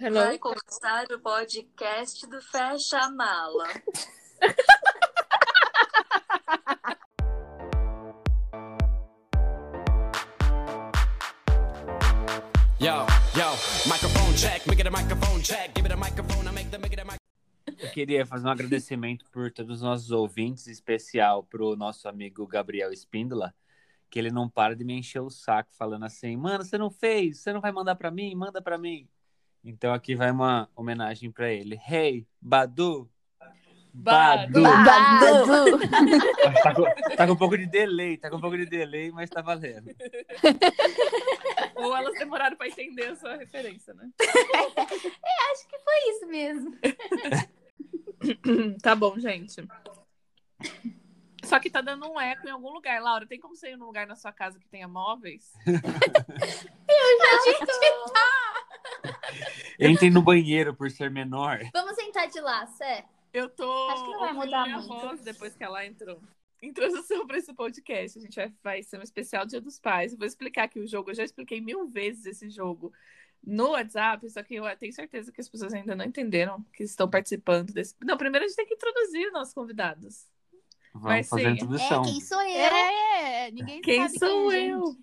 Vai começar o podcast do Fecha a Mala. Yo, yo, microphone check, make it a microphone check, give it a microphone, I make the make it a mic. Eu queria fazer um agradecimento por todos os nossos ouvintes, em especial pro nosso amigo Gabriel Espíndola, que ele não para de me encher o saco falando assim: "Mano, você não fez, você não vai mandar pra mim, manda pra mim". Então aqui vai uma homenagem pra ele. Hey, Badu. Badu. Babado. Tá com, tá com um pouco de delay, tá com um pouco de delay, mas tá valendo. Ou elas demoraram pra entender a sua referência, né? É isso mesmo. tá bom, gente. Só que tá dando um eco em algum lugar. Laura, tem como você ir num lugar na sua casa que tenha móveis? Entrem no banheiro por ser menor. Vamos sentar de lá, É, Sé. Eu tô. Acho que não vai ouvindo mudar minha muito. voz depois que ela entrou. Introdução para esse podcast. A gente vai, vai ser um especial Dia dos Pais. Eu vou explicar aqui o jogo. Eu já expliquei mil vezes esse jogo no WhatsApp, só que eu tenho certeza que as pessoas ainda não entenderam que estão participando desse. Não, primeiro a gente tem que introduzir nossos convidados. Vamos Vai fazer ser. a É, introdução. quem sou eu? É, ninguém Quem sabe sou quem é, eu? gente.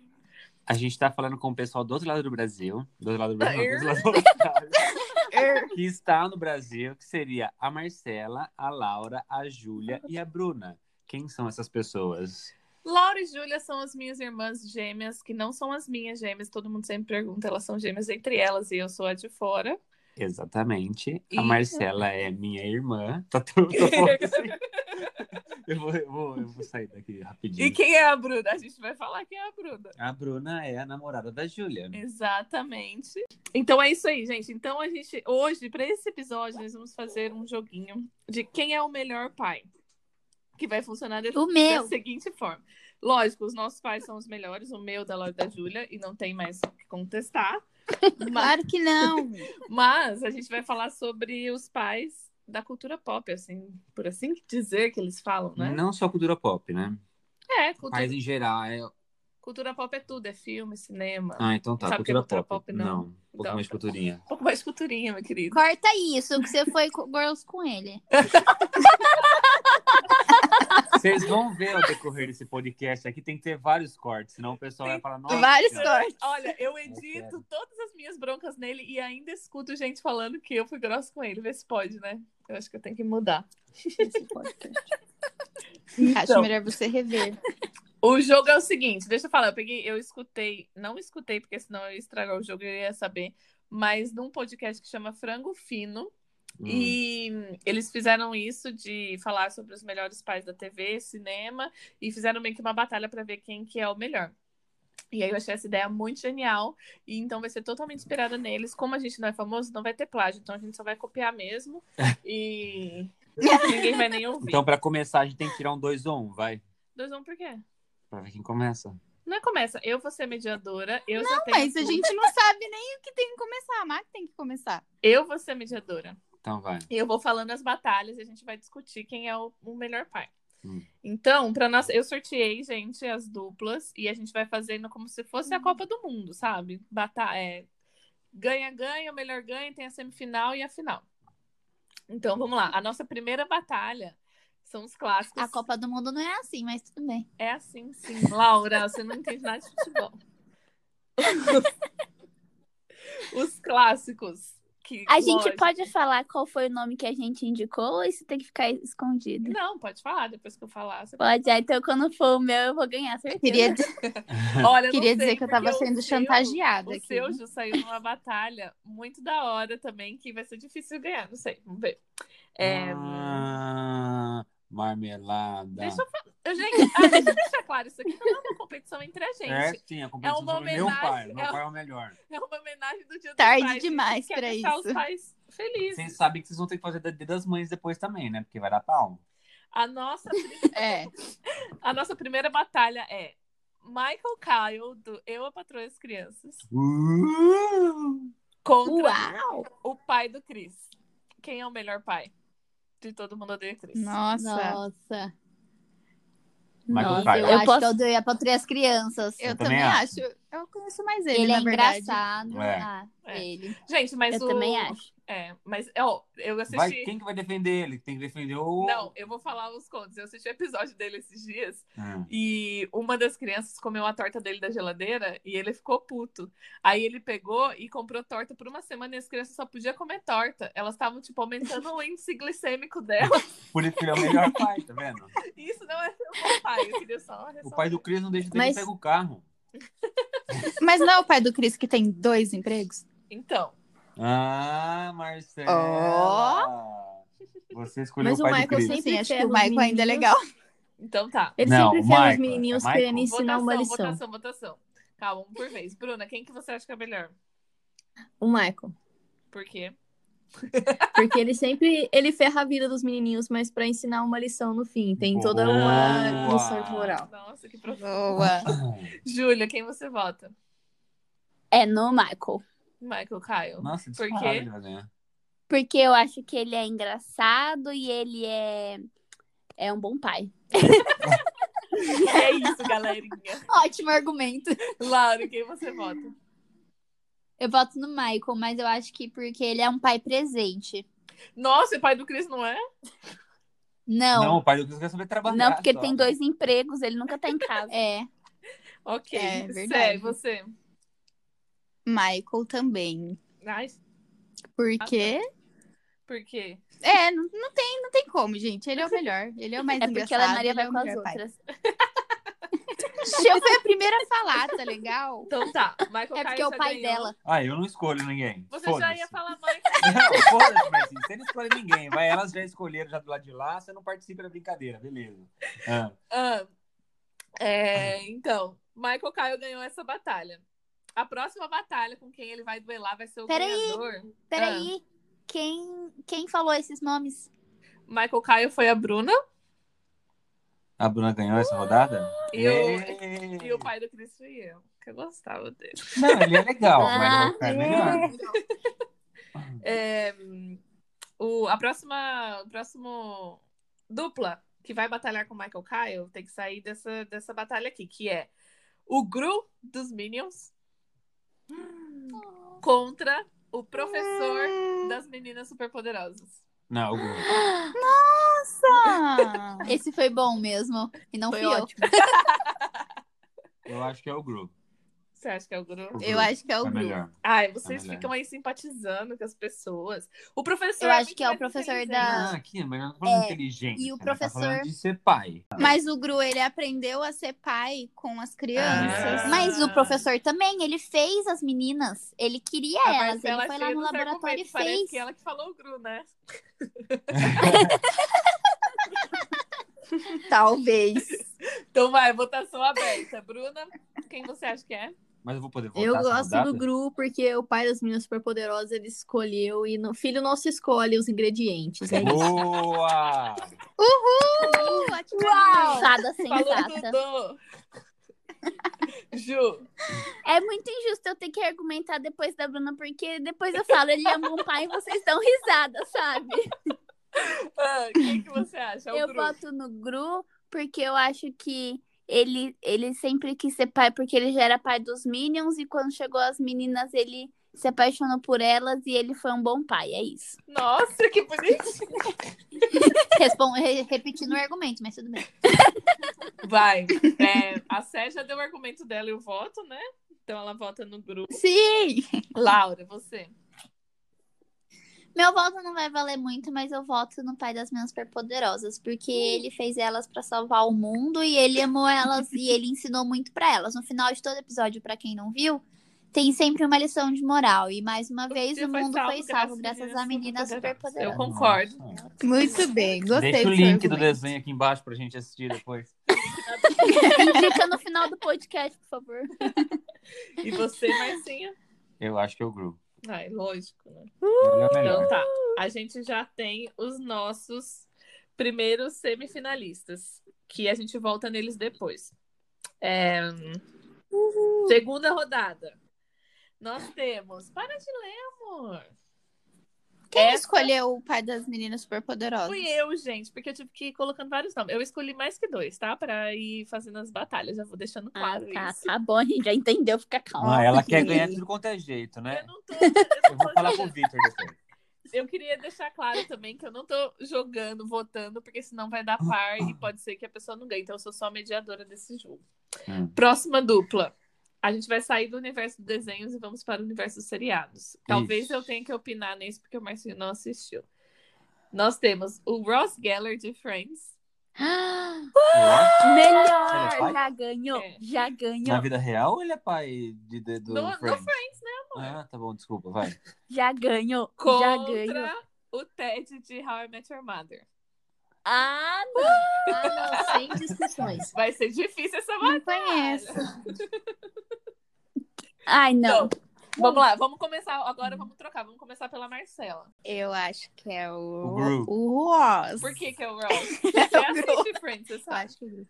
A gente tá falando com o pessoal do outro lado do Brasil, do outro lado do Brasil, não, do outro lado Er. do Austrália, que está no Brasil, que seria a Marcela, a Laura, a Júlia e a Bruna. Quem são essas pessoas? Laura e Júlia são as minhas irmãs gêmeas, que não são as minhas gêmeas. Todo mundo sempre pergunta, elas são gêmeas entre elas e eu sou a de fora. Exatamente. A E- Marcela é minha irmã. Tá tudo tá bom assim? eu, vou, eu, vou, eu vou sair daqui rapidinho. E quem é a Bruna? A gente vai falar quem é a Bruna. A Bruna é a namorada da Júlia. É, Exatamente. Então é isso aí, gente. Então a gente, hoje, para esse episódio, nós vamos fazer um joguinho de quem é o melhor pai. Que vai funcionar de- O da meu. seguinte forma. Lógico, os nossos pais são os melhores, o meu, da Laura e da Júlia, e não tem mais o que contestar. Mas Claro que não. Mas a gente vai falar sobre os pais da cultura pop, assim, por assim dizer que eles falam, né? Não só cultura pop, né? É, Hum. cultura, Mas em geral. é- cultura pop é tudo, é filme, cinema. Ah, então tá. Sabe o que é Cultura, cultura pop. pop, não? Não, um pouco Então mais de tá. culturinha. Um pouco mais de culturinha, meu querido. Corta isso, que você foi com girls com ele. Vocês vão ver ao decorrer desse podcast aqui, tem que ter vários cortes, senão o pessoal vai falar, nossa. Vários senhora, cortes. Olha, eu edito todas as minhas broncas nele e ainda escuto gente falando que eu fui grossa com ele. Vê se pode, né? Eu acho que eu tenho que mudar. Então, Então. Acho melhor você rever. O jogo é o seguinte, deixa eu falar, eu peguei, eu escutei, não escutei, porque senão eu ia estragar o jogo e eu ia saber, mas num podcast que chama Frango Fino, Hum. E eles fizeram isso de falar sobre os melhores pais da TV, cinema, e fizeram meio que uma batalha para ver quem que é o melhor. E aí eu achei essa ideia muito genial, e então vai ser totalmente inspirada neles. Como a gente não é famoso, não vai ter plágio, então a gente só vai copiar mesmo e ninguém vai nem ouvir. Então, pra começar, a gente tem que tirar um 2 ou 1, um, vai. Dois um por quê? Pra ver quem começa. Não é começa, eu vou ser mediadora, eu já tenho Mas a tudo. gente não sabe nem o que tem que começar. A Mac tem que começar. Eu vou ser mediadora. Então, vai. E eu vou falando as batalhas e a gente vai discutir quem é o, o melhor pai. Hum. Então, para nós, eu sorteei, gente, as duplas e a gente vai fazendo como se fosse Hum. a Copa do Mundo, sabe? Bata é ganha ganha, o melhor ganha, tem a semifinal e a final. Então, vamos lá. A nossa primeira batalha são os clássicos. A Copa do Mundo não é assim, mas tudo bem. É assim, sim. Laura, você não entende nada de futebol. os clássicos que A gente lógico, pode falar qual foi o nome que a gente indicou ou isso tem que ficar escondido? Não, pode falar, depois que eu falar, você Pode, ah, então quando for o meu eu vou ganhar, certeza. Queria, Olha, eu não queria sei, dizer que eu porque tava o sendo seu- chantageada O aqui. seu Ju saiu numa batalha muito da hora também, que vai ser difícil ganhar, não sei, vamos ver. É, Ah, marmelada. Deixa eu falar. Gente, ah, deixa eu deixar claro, isso aqui não é uma competição entre a gente. É, sim, a competição É uma sobre meu pai. homenagem, Meu é- pai é o melhor. É uma homenagem do dia Tarde dos pais. demais a gente quer pra deixar isso. os pais Vocês felizes. sabem que vocês vão ter que fazer da- Dia das mães depois também, né? Porque vai dar pau. A nossa, É. a nossa primeira batalha é Michael Kyle, do Eu, a Patroa e as Crianças, Uh! contra Uau! o pai do Chris. Quem é o melhor pai? De todo mundo odeia o Chris. Nossa. Nossa. Michael Nossa, Kyle. Eu, Eu acho posso- que eu dei a pra três crianças. Eu, Eu também também acho. Eu conheço mais ele, Ele na é verdade. engraçado. É. Ah, É. Ele. Gente, mas Eu o. também acho. É, mas ó, eu assisti. Vai, quem que vai defender ele? Tem que defender o. Não, eu vou falar os contos. Eu assisti o episódio dele esses dias Ah. e uma das crianças comeu a torta dele da geladeira e ele ficou puto. Aí ele pegou e comprou torta por uma semana e as crianças só podiam comer torta. Elas estavam, tipo, aumentando o índice glicêmico dela. Por isso que ele é o melhor pai, tá vendo? E Isso não é ser um bom pai. Eu queria só O ressaltar. pai do Cris não deixa dele Mas- pegar o carro. Mas não é o pai do Cris que tem dois empregos? Então, Ah, Marcela! Você escolheu Mas o o pai do Michael Cris. sempre Sim, acho que ferra o os Michael ainda é meninos. legal. então tá. Ele Não, sempre ferra os Michael, meninos é querendo Michael. ensinar uma lição. votação, votação. Calma, um por vez. Bruna, quem que você acha que é melhor? O Michael. Por quê? Porque ele sempre ele ferra a vida dos menininhos, mas pra ensinar uma lição no fim. Tem toda uma Boa. lição de moral. Nossa, que profundo. Boa. Júlia, quem você vota? É no Michael. Michael Caio. Nossa, né? Por quê? disparado ele vai ganhar. Porque eu acho que ele é engraçado e ele é. É um bom pai. É isso, galerinha. Ótimo argumento. Laura, quem você vota? Eu voto no Michael, mas eu acho que porque ele é um pai presente. Nossa, o pai do Cris não é? Não, Não. o pai do Cris quer saber trabalhar. Não, porque ele só. tem dois empregos, ele nunca tá em casa. é Ok. É, verdade. Sé, você. Michael também. Ai, Ah, Porque. por quê? É, não, não tem, não tem como, gente. Ele é o melhor. Ele é o mais tá. É porque engraçado. ela e Maria ele é vai o com as melhor pai. outras. Eu fui a primeira a falar, tá legal? Então tá, Michael É Caio porque é o já pai ganhou. dela. Ah, eu não escolho ninguém. Você já ia Foda-se. falar Michael. Não, foda-se, mas assim, você não escolhe ninguém. Vai, elas já escolheram já do lado de lá, você não participa da brincadeira, beleza. Ah, Ah, é, então, Michael Caio ganhou essa batalha. A próxima batalha com quem ele vai duelar vai ser o Peraí. ganhador. Peraí, Ah. quem, quem falou esses nomes? Michael Caio foi a Bruna a Bruna ganhou essa rodada? e o, Ê! e o pai do Cris fui eu, que eu gostava dele. Não, ele é legal, Ah, mas o cara é melhor. É, o, a próxima o próximo dupla que vai batalhar com o Michael Kyle tem que sair dessa, dessa batalha aqui, que é o Gru dos Minions contra o professor Hum, das meninas superpoderosas. Não, o Bruno. Ah, esse foi bom mesmo. E não Foi fui eu. ótimo. Eu acho que é o Gru. Você acha que é o Gru? Eu acho que é o é Gru. melhor. Ai, vocês Olha. ficam aí simpatizando com as pessoas. O professor Eu acho muito que é o mais professor inteligente. da- Ah, aqui, mas não tá falando É, inteligente. e o ela tá professor- falando de ser pai. Mas o Gru, ele aprendeu a ser pai com as crianças. Ah. Mas o professor também, ele fez as meninas. Ele queria A elas. Ele Marcela É, foi lá cheia no dos laboratório e argumentos, é Parece fez. que ela que falou o Gru, né? Talvez. Então vai, votação aberta. Bruna, quem você acha que é? Mas eu vou poder votar Eu essa gosto rodada? do Gru porque o pai das meninas superpoderosas ele escolheu e no filho não se escolhe os ingredientes. É isso. Boa! Uhul! Uau! Sensada, Falou, sensata. Dudu! Ju, É muito injusto eu ter que argumentar depois da Bruna, porque depois eu falo, ele é um bom pai e vocês dão risada, sabe? ah, quem que você acha? É o Eu Gru. voto no Gru porque eu acho que ele, ele sempre quis ser pai, porque ele já era pai dos Minions e quando chegou as meninas ele se apaixonou por elas e ele foi um bom pai, é isso. Nossa, que bonitinho! Respon- re- repetindo o argumento, mas tudo bem. Vai. É, a Sé já deu o argumento dela e o voto, né? Então ela vota no Gru. Sim! Laura, você. Meu voto não vai valer muito, mas eu voto no pai das minhas superpoderosas, porque ele fez elas pra salvar o mundo e ele amou elas e ele ensinou muito pra elas. No final de todo episódio, pra quem não viu, tem sempre uma lição de moral e mais uma vez dia o foi mundo salvo foi salvo graças graças a às meninas superpoderosas. Eu superpoderosas. concordo. Nossa. Muito bem, gostei. Deixa o link do desenho aqui embaixo pra gente assistir depois. Indica no final do podcast, por favor. E você, Marcinha? Eu acho que é o Uh, Gru. Ai, lógico, né? Ele é o melhor. Então tá. A gente já tem os nossos primeiros semifinalistas, que a gente volta neles depois. É, Segunda rodada. Nós temos. Para de ler, amor. Quem Essa- escolheu o pai das meninas superpoderosas? Fui eu, gente, porque eu tive que ir colocando vários nomes. Eu escolhi mais que dois, tá? Pra ir fazendo as batalhas. Já vou deixando Ah, claro tá, isso. tá bom, a gente já entendeu, fica calma. Ah, ela quer ganhar de tudo quanto é jeito, né? Eu não tô. Eu, Eu não vou tô falar com o jogando. Victor depois. Eu queria deixar claro também que eu não tô jogando, votando, porque senão vai dar par e pode ser que a pessoa não ganhe. Então eu sou só mediadora desse jogo. Hum. Próxima dupla. A gente vai sair do universo dos desenhos e vamos para o universo dos seriados. Talvez Isso. eu tenha que opinar nisso, porque o Marcinho não assistiu. Nós temos o Ross Geller de Friends. é Ross, Ele é Melhor! pai? Já ganhou, É. já na ganhou, vida real ou ele é pai de, de, do Do- do Friends? Friends, né, amor? Ah, tá bom, desculpa, vai. já ganhou, já ganhou. Contra o Ted de How I Met Your Mother. Ah, Ah, não, sem discussões. Vai ser difícil essa Não conheço. ai não. Então, vamos lá, vamos começar. Agora vamos trocar. Vamos começar pela Marcela. Eu acho que é O o, Gru. o Ross. Por que que é o Ross? Você assiste Friends, você Eu sabe? acho que é o Gru.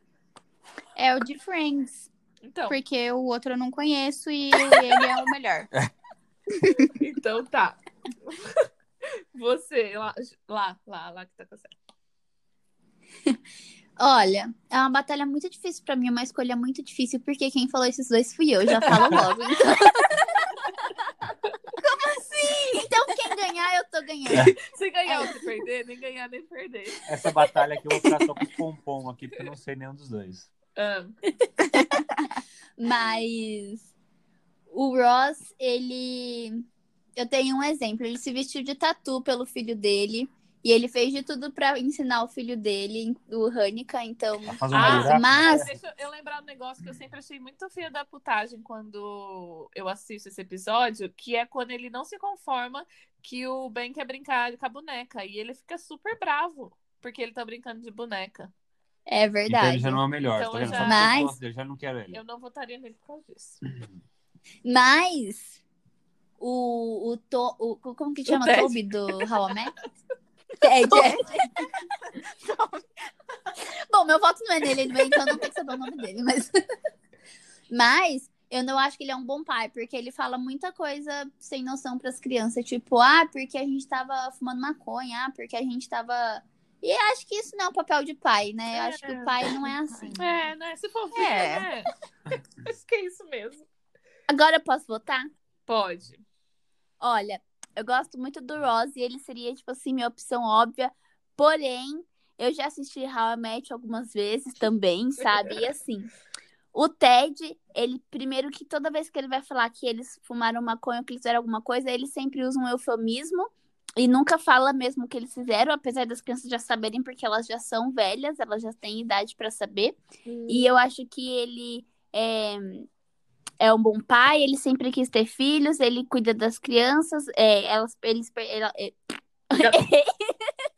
É o de Friends, Então, porque o outro eu não conheço e ele é o melhor. então tá. Você, lá, lá, lá, lá que tá com você. Olha, é uma batalha muito difícil pra mim, é uma escolha muito difícil, porque quem falou esses dois fui eu, já falo logo. Então... Como assim? Então quem ganhar, eu tô ganhando. Se ganhar ou se perder, nem ganhar nem perder. Essa batalha aqui eu vou ficar só com os pompom aqui, porque eu não sei nenhum dos dois. Ah, Mas o Ross, ele. Eu tenho um exemplo. Ele se vestiu de tatu pelo filho dele. E ele fez de tudo pra ensinar o filho dele, o Hanika, então. Ela faz um Ah, buraco. mas- Deixa eu lembrar um negócio que eu sempre achei muito feio da putagem quando eu assisto esse episódio, que é quando ele não se conforma que o Ben quer brincar com a boneca. E ele fica super bravo, porque ele tá brincando de boneca. É Então ele verdade. já não é o melhor, Então tá eu vendo? já- Só porque Mas- eu gosto dele, já não quero ele. Eu não votaria nele por causa disso. Mas o, o, to, o como que chama? Ted. Toby do How I Met? Ted. é. Bom, meu voto não é nele, ele- então não tem que saber o nome dele, mas mas eu não acho que ele é um bom pai, porque ele fala muita coisa sem noção pras crianças, tipo, ah, porque a gente tava fumando maconha, ah, porque a gente tava E eu acho que isso não é o papel de pai, né? Eu acho que o pai não é assim. É, né? Se for ver, É. né? Acho que é isso mesmo. Agora eu posso votar? Pode. Olha, eu gosto muito do Ross e ele seria, tipo assim, minha opção óbvia. Porém, eu já assisti How I Met algumas vezes também, sabe? E assim, o Ted, ele, primeiro que toda vez que ele vai falar que eles fumaram maconha ou que eles fizeram alguma coisa, ele sempre usa um eufemismo e nunca fala mesmo o que eles fizeram, apesar das crianças já saberem, porque elas já são velhas, elas já têm idade pra saber. E eu acho que ele é, é um bom pai, ele sempre quis ter filhos, ele cuida das crianças, é, elas, eles, per- ela- é-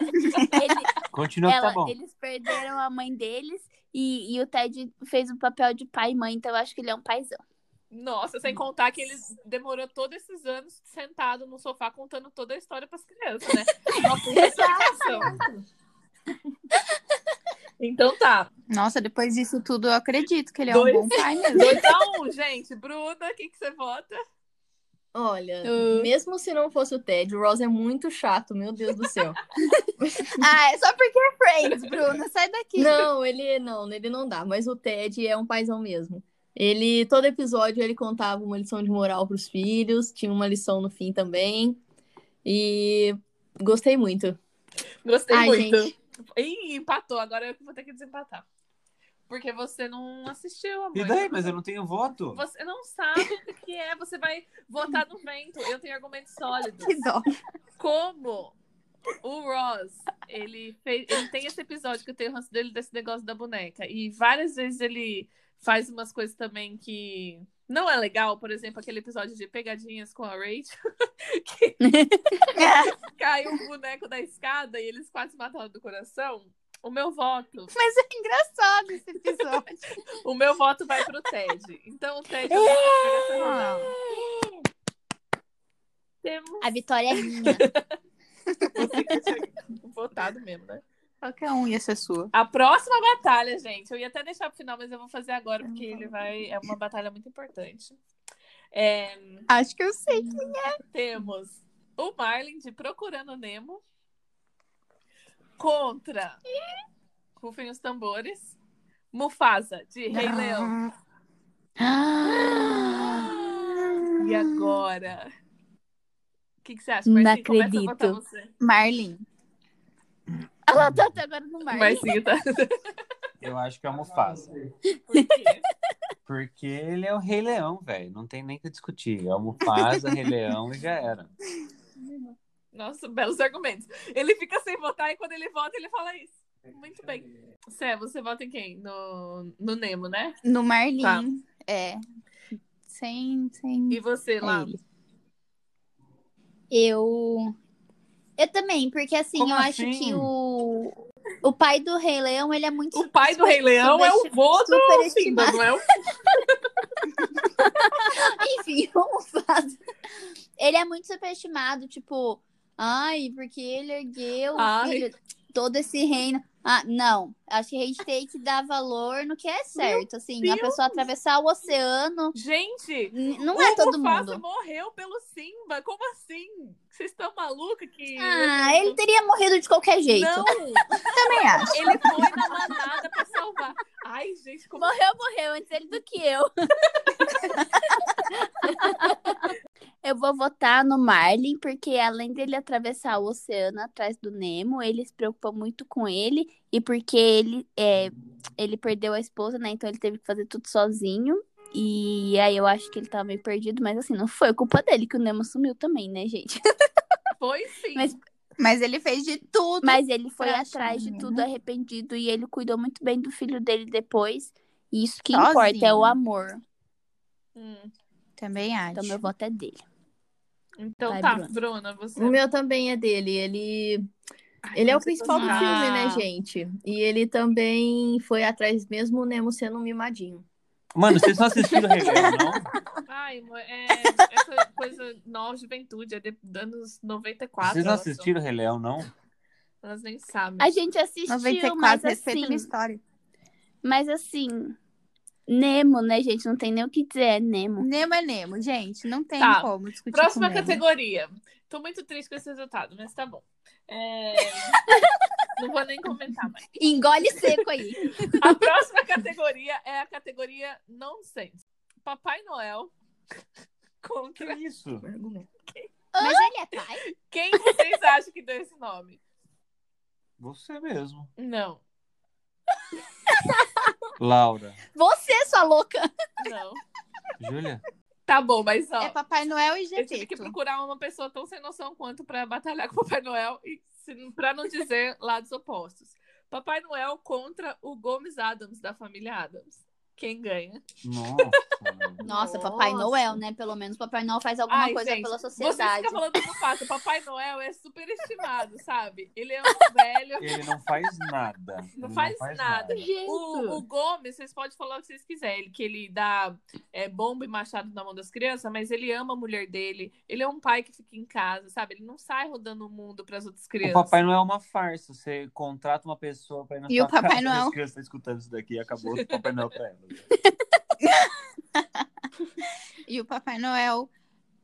Ele- Continua que ela- tá bom. eles perderam a mãe deles e, e o Ted fez o papel de pai e mãe, então eu acho que ele é um paizão. Nossa, sem contar que ele demorou todos esses anos sentado no sofá contando toda a história pras crianças, né? Uma puta explicação. Então tá. Nossa, depois disso tudo eu acredito que ele Dois. é um bom pai mesmo. 2x1, um, gente. Bruna, o que, que você vota? Olha, Uh. mesmo se não fosse o Ted, o Ross é muito chato, meu Deus do céu. Ah, é só porque é Friends, Bruna. Sai daqui. Não, ele não, ele não dá, mas o Ted é um paizão mesmo. Ele, todo episódio, ele contava uma lição de moral pros filhos, tinha uma lição no fim também. E gostei muito. Gostei Ai, muito. gente. Ih, empatou. Agora eu que vou ter que desempatar. Porque você não assistiu, amor. E daí? Mas eu não tenho voto. Você não sabe o que é, você vai votar no vento. Eu tenho argumentos sólidos. Que dó. Como o Ross, ele, fez, ele tem esse episódio que eu tenho o ranço dele desse negócio da boneca. E várias vezes ele faz umas coisas também que não é legal. Por exemplo, aquele episódio de pegadinhas com a Rachel. que caiu um boneco da escada e eles quase mataram do coração. O meu voto, Mas é engraçado esse episódio. o meu voto vai pro Ted. Então o Ted vai essa Ah, rodada. Temos A vitória é minha. você que tinha votado mesmo, né? Qualquer um ia ser sua. A próxima batalha, gente, eu ia até deixar pro final, mas eu vou fazer agora, porque ele vai. É uma batalha muito importante. É, Acho que eu sei. temos o Marlin de Procurando Nemo contra Rufem os Tambores, Mufasa de Rei Leão. Ah. E agora? O que, que você acha, Não Marcinho? Começa a acredito. votar você. Marlin. Ela tá até agora no Marlin. Marcinho tá. Eu acho que é o Mufasa. Por quê? Porque ele é o Rei Leão, velho. Não tem nem o que discutir. É o Mufasa, Rei Leão e já era. Nossa, belos argumentos. Ele fica sem votar e quando ele vota, ele fala isso. Muito bem. Sé, você vota em quem? No, no Nemo, né? No Marlin. Tá. É. Sem, sem... E você lá? ele. Eu. Eu também, porque assim, Como eu assim? acho que o. O pai do Rei Leão, ele é muito. O pai do Rei Leão é o vô do Simba, superestimado. não é o Enfim, como faz? Ele é muito superestimado, tipo, ai, porque ele ergueu Ai. filho, todo esse reino. Ah, não. Acho que a gente tem que dar valor no que é certo. Assim, a Deus! pessoa atravessar o oceano. Gente, n- Não o é todo Mufasa mundo. morreu pelo Simba. Como assim? Vocês estão malucos que. Ah, ele teria morrido de qualquer jeito. Não, Também acho. ele foi na manada pra salvar. Ai, gente, como. Morreu, morreu, antes ele do que eu. eu vou votar no Marlin, porque além dele atravessar o oceano atrás do Nemo, ele se preocupa muito com ele. E porque ele, é, ele perdeu a esposa, né? Então ele teve que fazer tudo sozinho. E aí eu acho que ele tava meio perdido, mas assim, não foi culpa dele que o Nemo sumiu também, né, gente? Foi sim. Mas- Mas ele fez de tudo. Mas ele foi pra atrás de China, tudo arrependido e ele cuidou muito bem do filho dele depois. E isso que Sozinho. importa, é o amor. Hum, Também acho. Então meu voto é dele. Então Vai, tá, Bruna. Bruna, você. O meu também é dele. Ele, ele é o principal do Ah. filme, né, gente? E ele também foi atrás, mesmo o Nemo sendo um mimadinho. Mano, vocês não assistiram o Rei Leão, não? Ai, mo- é, essa coisa nova juventude, é de, anos 94. Vocês não elas são. assistiram o Rei Leão, não? Elas nem sabem. A gente assistiu, mas é assim, história. mas assim, Nemo, né, gente? Não tem nem o que dizer, é Nemo. Nemo é Nemo, gente. Não tem Tá. como discutir. Próxima com Nemo. categoria. Tô muito triste com esse resultado, mas tá bom. É, Não vou nem comentar mais. Engole seco aí. A próxima categoria é a categoria nonsense. Papai Noel Que contra isso? Mas ele é pai. quem vocês acham que deu esse nome? Você mesmo. Não, Laura. Você, sua louca. não. Júlia? Tá bom, mas ó. É Papai Noel e Eu tive que Gepeto. procurar uma pessoa tão sem noção quanto pra batalhar com o Papai Noel e se- pra não dizer lados opostos. Papai Noel contra o Gomes Adams da família Adams. Quem ganha? Nossa. Nossa, Papai Nossa. Noel, né? Pelo menos Papai Noel faz alguma Ai, coisa gente, pela Você sociedade. fica falando do fato, Papai Noel é super estimado, sabe? Ele é um velho. Ele não faz nada. Ele Não faz nada. O, o Gente. Gomes, vocês podem falar o que vocês quiserem, que ele dá é, bomba e machado na mão das crianças, mas ele ama a mulher dele. Ele é um pai que fica em casa, sabe? Ele não sai rodando o mundo pras outras O crianças. Papai Noel é uma farsa. Você contrata uma pessoa pra ir na E sua o Papai casa, Noel? As crianças estão escutando isso daqui e acabou o Papai Noel tá pra elas. E o Papai Noel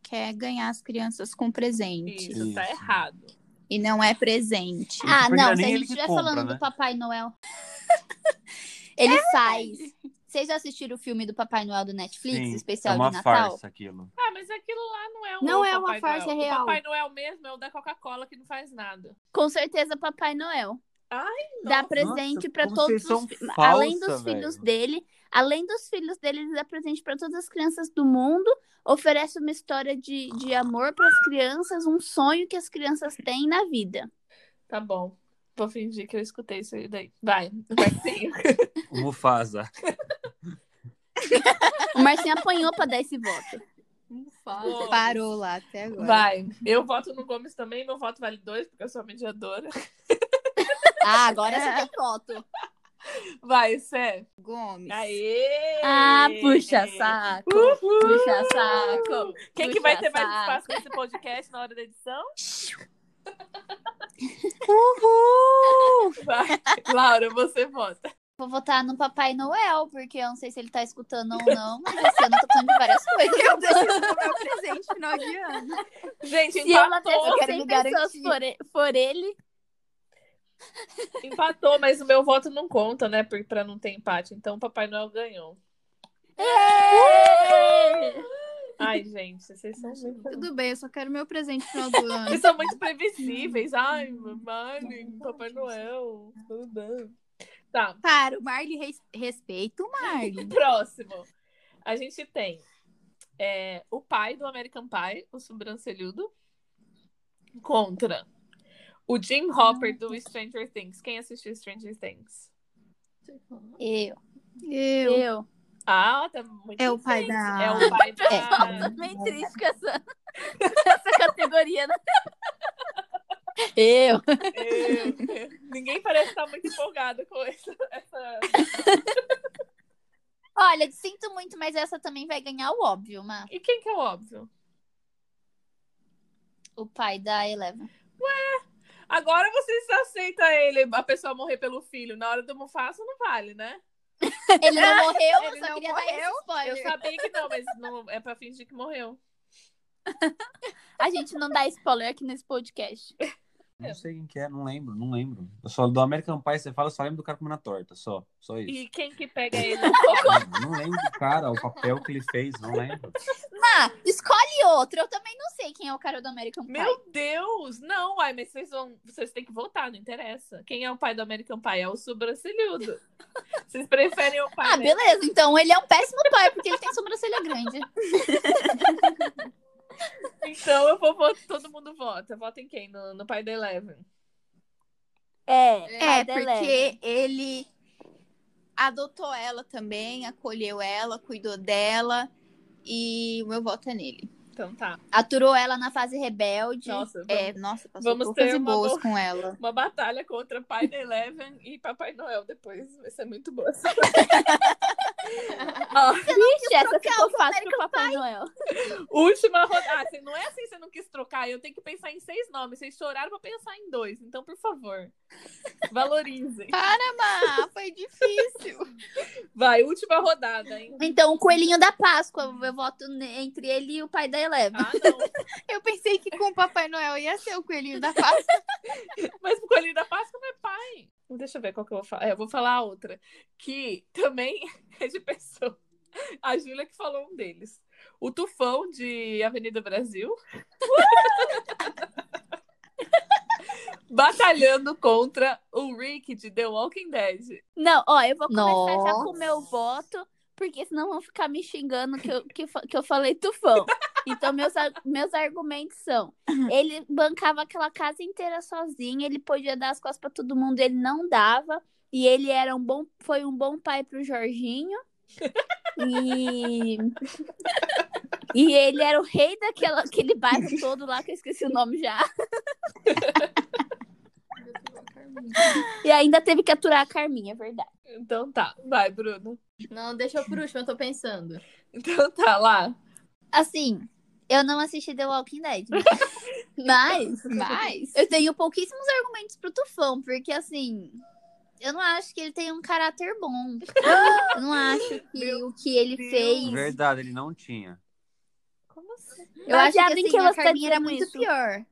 quer ganhar as crianças com presente. Isso, tá Isso. errado. E não é presente. Ah, Porque não, nem se a ele gente que estiver compra, falando né? do Papai Noel. Ele faz. É Vocês já assistiram o filme do Papai Noel do Netflix, Sim, especial é uma de Natal? farsa aquilo. Ah, mas aquilo lá não é o Não é uma Papai farsa, Noel. O é real. Papai Noel mesmo é o da Coca-Cola que não faz nada. Com certeza Papai Noel. Ai, dá nossa. presente Nossa, pra como todos vocês os são fi- falsa, além dos velho. filhos dele, além dos filhos dele, ele dá presente pra todas as crianças do mundo, oferece uma história de, de amor pras crianças, um sonho que as crianças têm na vida. Tá bom. Vou fingir que eu escutei isso aí daí. Vai, Marcinho. O Mufasa. O Marcinho apanhou pra dar esse voto. Gomes. Parou lá até agora. Vai. Eu voto no Gomes também, meu voto vale dois, porque eu sou a mediadora. Ah, agora você quer foto. Vai, Sé. Gomes. É Aê! Ah, puxa saco, Uhul! puxa saco. Quem que vai Ah, puxa ter mais saco. espaço nesse podcast na hora da edição? Uhul! Vai. Laura, você vota. Vou votar no Papai Noel, porque eu não sei se ele tá escutando ou não, mas esse ano eu tô falando de várias coisas. Eu decido o meu presente final de ano. Gente, Se ela empatou, teve quero 100 me pessoas garantir. for e- for ele, empatou, mas o meu voto não conta, né? Por- Pra não ter empate. Então o Papai Noel ganhou. Ai, gente, vocês são muito. Tudo bem, eu só quero meu presente final do ano. Vocês são muito previsíveis. Ai, mamãe, Papai Noel. tudo. Tá, Para, o Marley, res- respeita o Marley. Próximo. A gente tem é, o pai do American Pie, o sobrancelhudo, contra o Jim Hopper do Stranger Things. Quem assistiu Stranger Things? Eu. Eu. eu. Ah, tá muito É o pai difícil. da- É o pai Eu É. da... tô bem triste com essa, com essa categoria. né? Eu. Eu- Ninguém parece estar muito empolgado com essa... essa- Olha, sinto muito, mas essa também vai ganhar o óbvio, Má. E quem que é o óbvio? O pai da Eleven. Agora vocês aceitam ele, a pessoa morrer pelo filho. Na hora do Mufasa não vale, né? Ele não morreu, Ele eu só não queria dar morreu, esse Eu spoiler. sabia que não, mas não... é pra fingir que morreu. A gente não dá spoiler aqui nesse podcast. Não sei quem que é, não lembro, não lembro. Eu só do American Pie, você fala, eu só lembro do cara comendo a torta, só. Só isso. E quem que pega ele? Não, não lembro do cara, o papel que ele fez, não lembro. Má, escolhe outro. Eu também não sei quem é o cara do American Pie. Meu Deus! Não, ai, mas vocês vão. Vocês têm que votar, não interessa. Quem é o pai do American Pie? É o sobrancelhudo. Vocês preferem o pai. Ah, né? beleza. Então ele é um péssimo pai, porque ele tem sobrancelha grande. Então eu vou votar. Todo mundo vota. Vota em quem? No, no pai da Eleven. É, É, porque ele adotou ela também, acolheu ela, cuidou dela. E o meu voto é nele. Então tá. Aturou ela na fase rebelde. Nossa, É, vamos- nossa, passou Vamos poucas ter e uma boas boa- com ela. uma batalha contra pai da Eleven e Papai Noel depois. Vai ser muito boa. Ixi, essa ficou fácil pro Papai Noel. Última rodada. Ah, você- não é assim que você não quis trocar. Eu tenho que pensar em seis nomes. Vocês choraram pra pensar em dois. Então, por favor, valorizem. Para, Má, Ah, foi difícil. Vai, última rodada, hein? Então, o coelhinho da Páscoa, eu voto ne- entre ele e o pai da Ah, Eleven. não. Eu pensei que com o Papai Noel ia ser o coelhinho da Páscoa. Mas o Coelhinho da Páscoa não é pai. Deixa eu ver qual que eu vou falar. É, eu vou falar a outra. Que também é de pessoa. A Júlia que falou um deles. O Tufão de Avenida Brasil. Batalhando contra o Rick de The Walking Dead. Não, ó, eu vou começar já Nossa. com o meu voto, porque senão vão ficar me xingando que eu, que, fa- que eu falei tufão. Então, meus, ar- meus argumentos são: ele bancava aquela casa inteira sozinho, ele podia dar as costas pra todo mundo, ele não dava. E ele era um bom, foi um bom pai pro Jorginho. E, e ele era o rei daquela, aquele bairro todo lá, que eu esqueci o nome já. E ainda teve que aturar a Carminha, é verdade. Então tá, vai, Bruno. Não, deixa eu por último, eu tô pensando. Então tá lá. Assim, eu não assisti The Walking Dead. mas, Mas. eu tenho pouquíssimos argumentos pro Tufão, porque assim. Eu não acho que ele tem um caráter bom. Eu não acho que o que ele Deus. fez. Verdade, ele não tinha. Como assim? Eu acho que, Baseado em assim, que a você tá Carminha era dizendo muito isso? pior.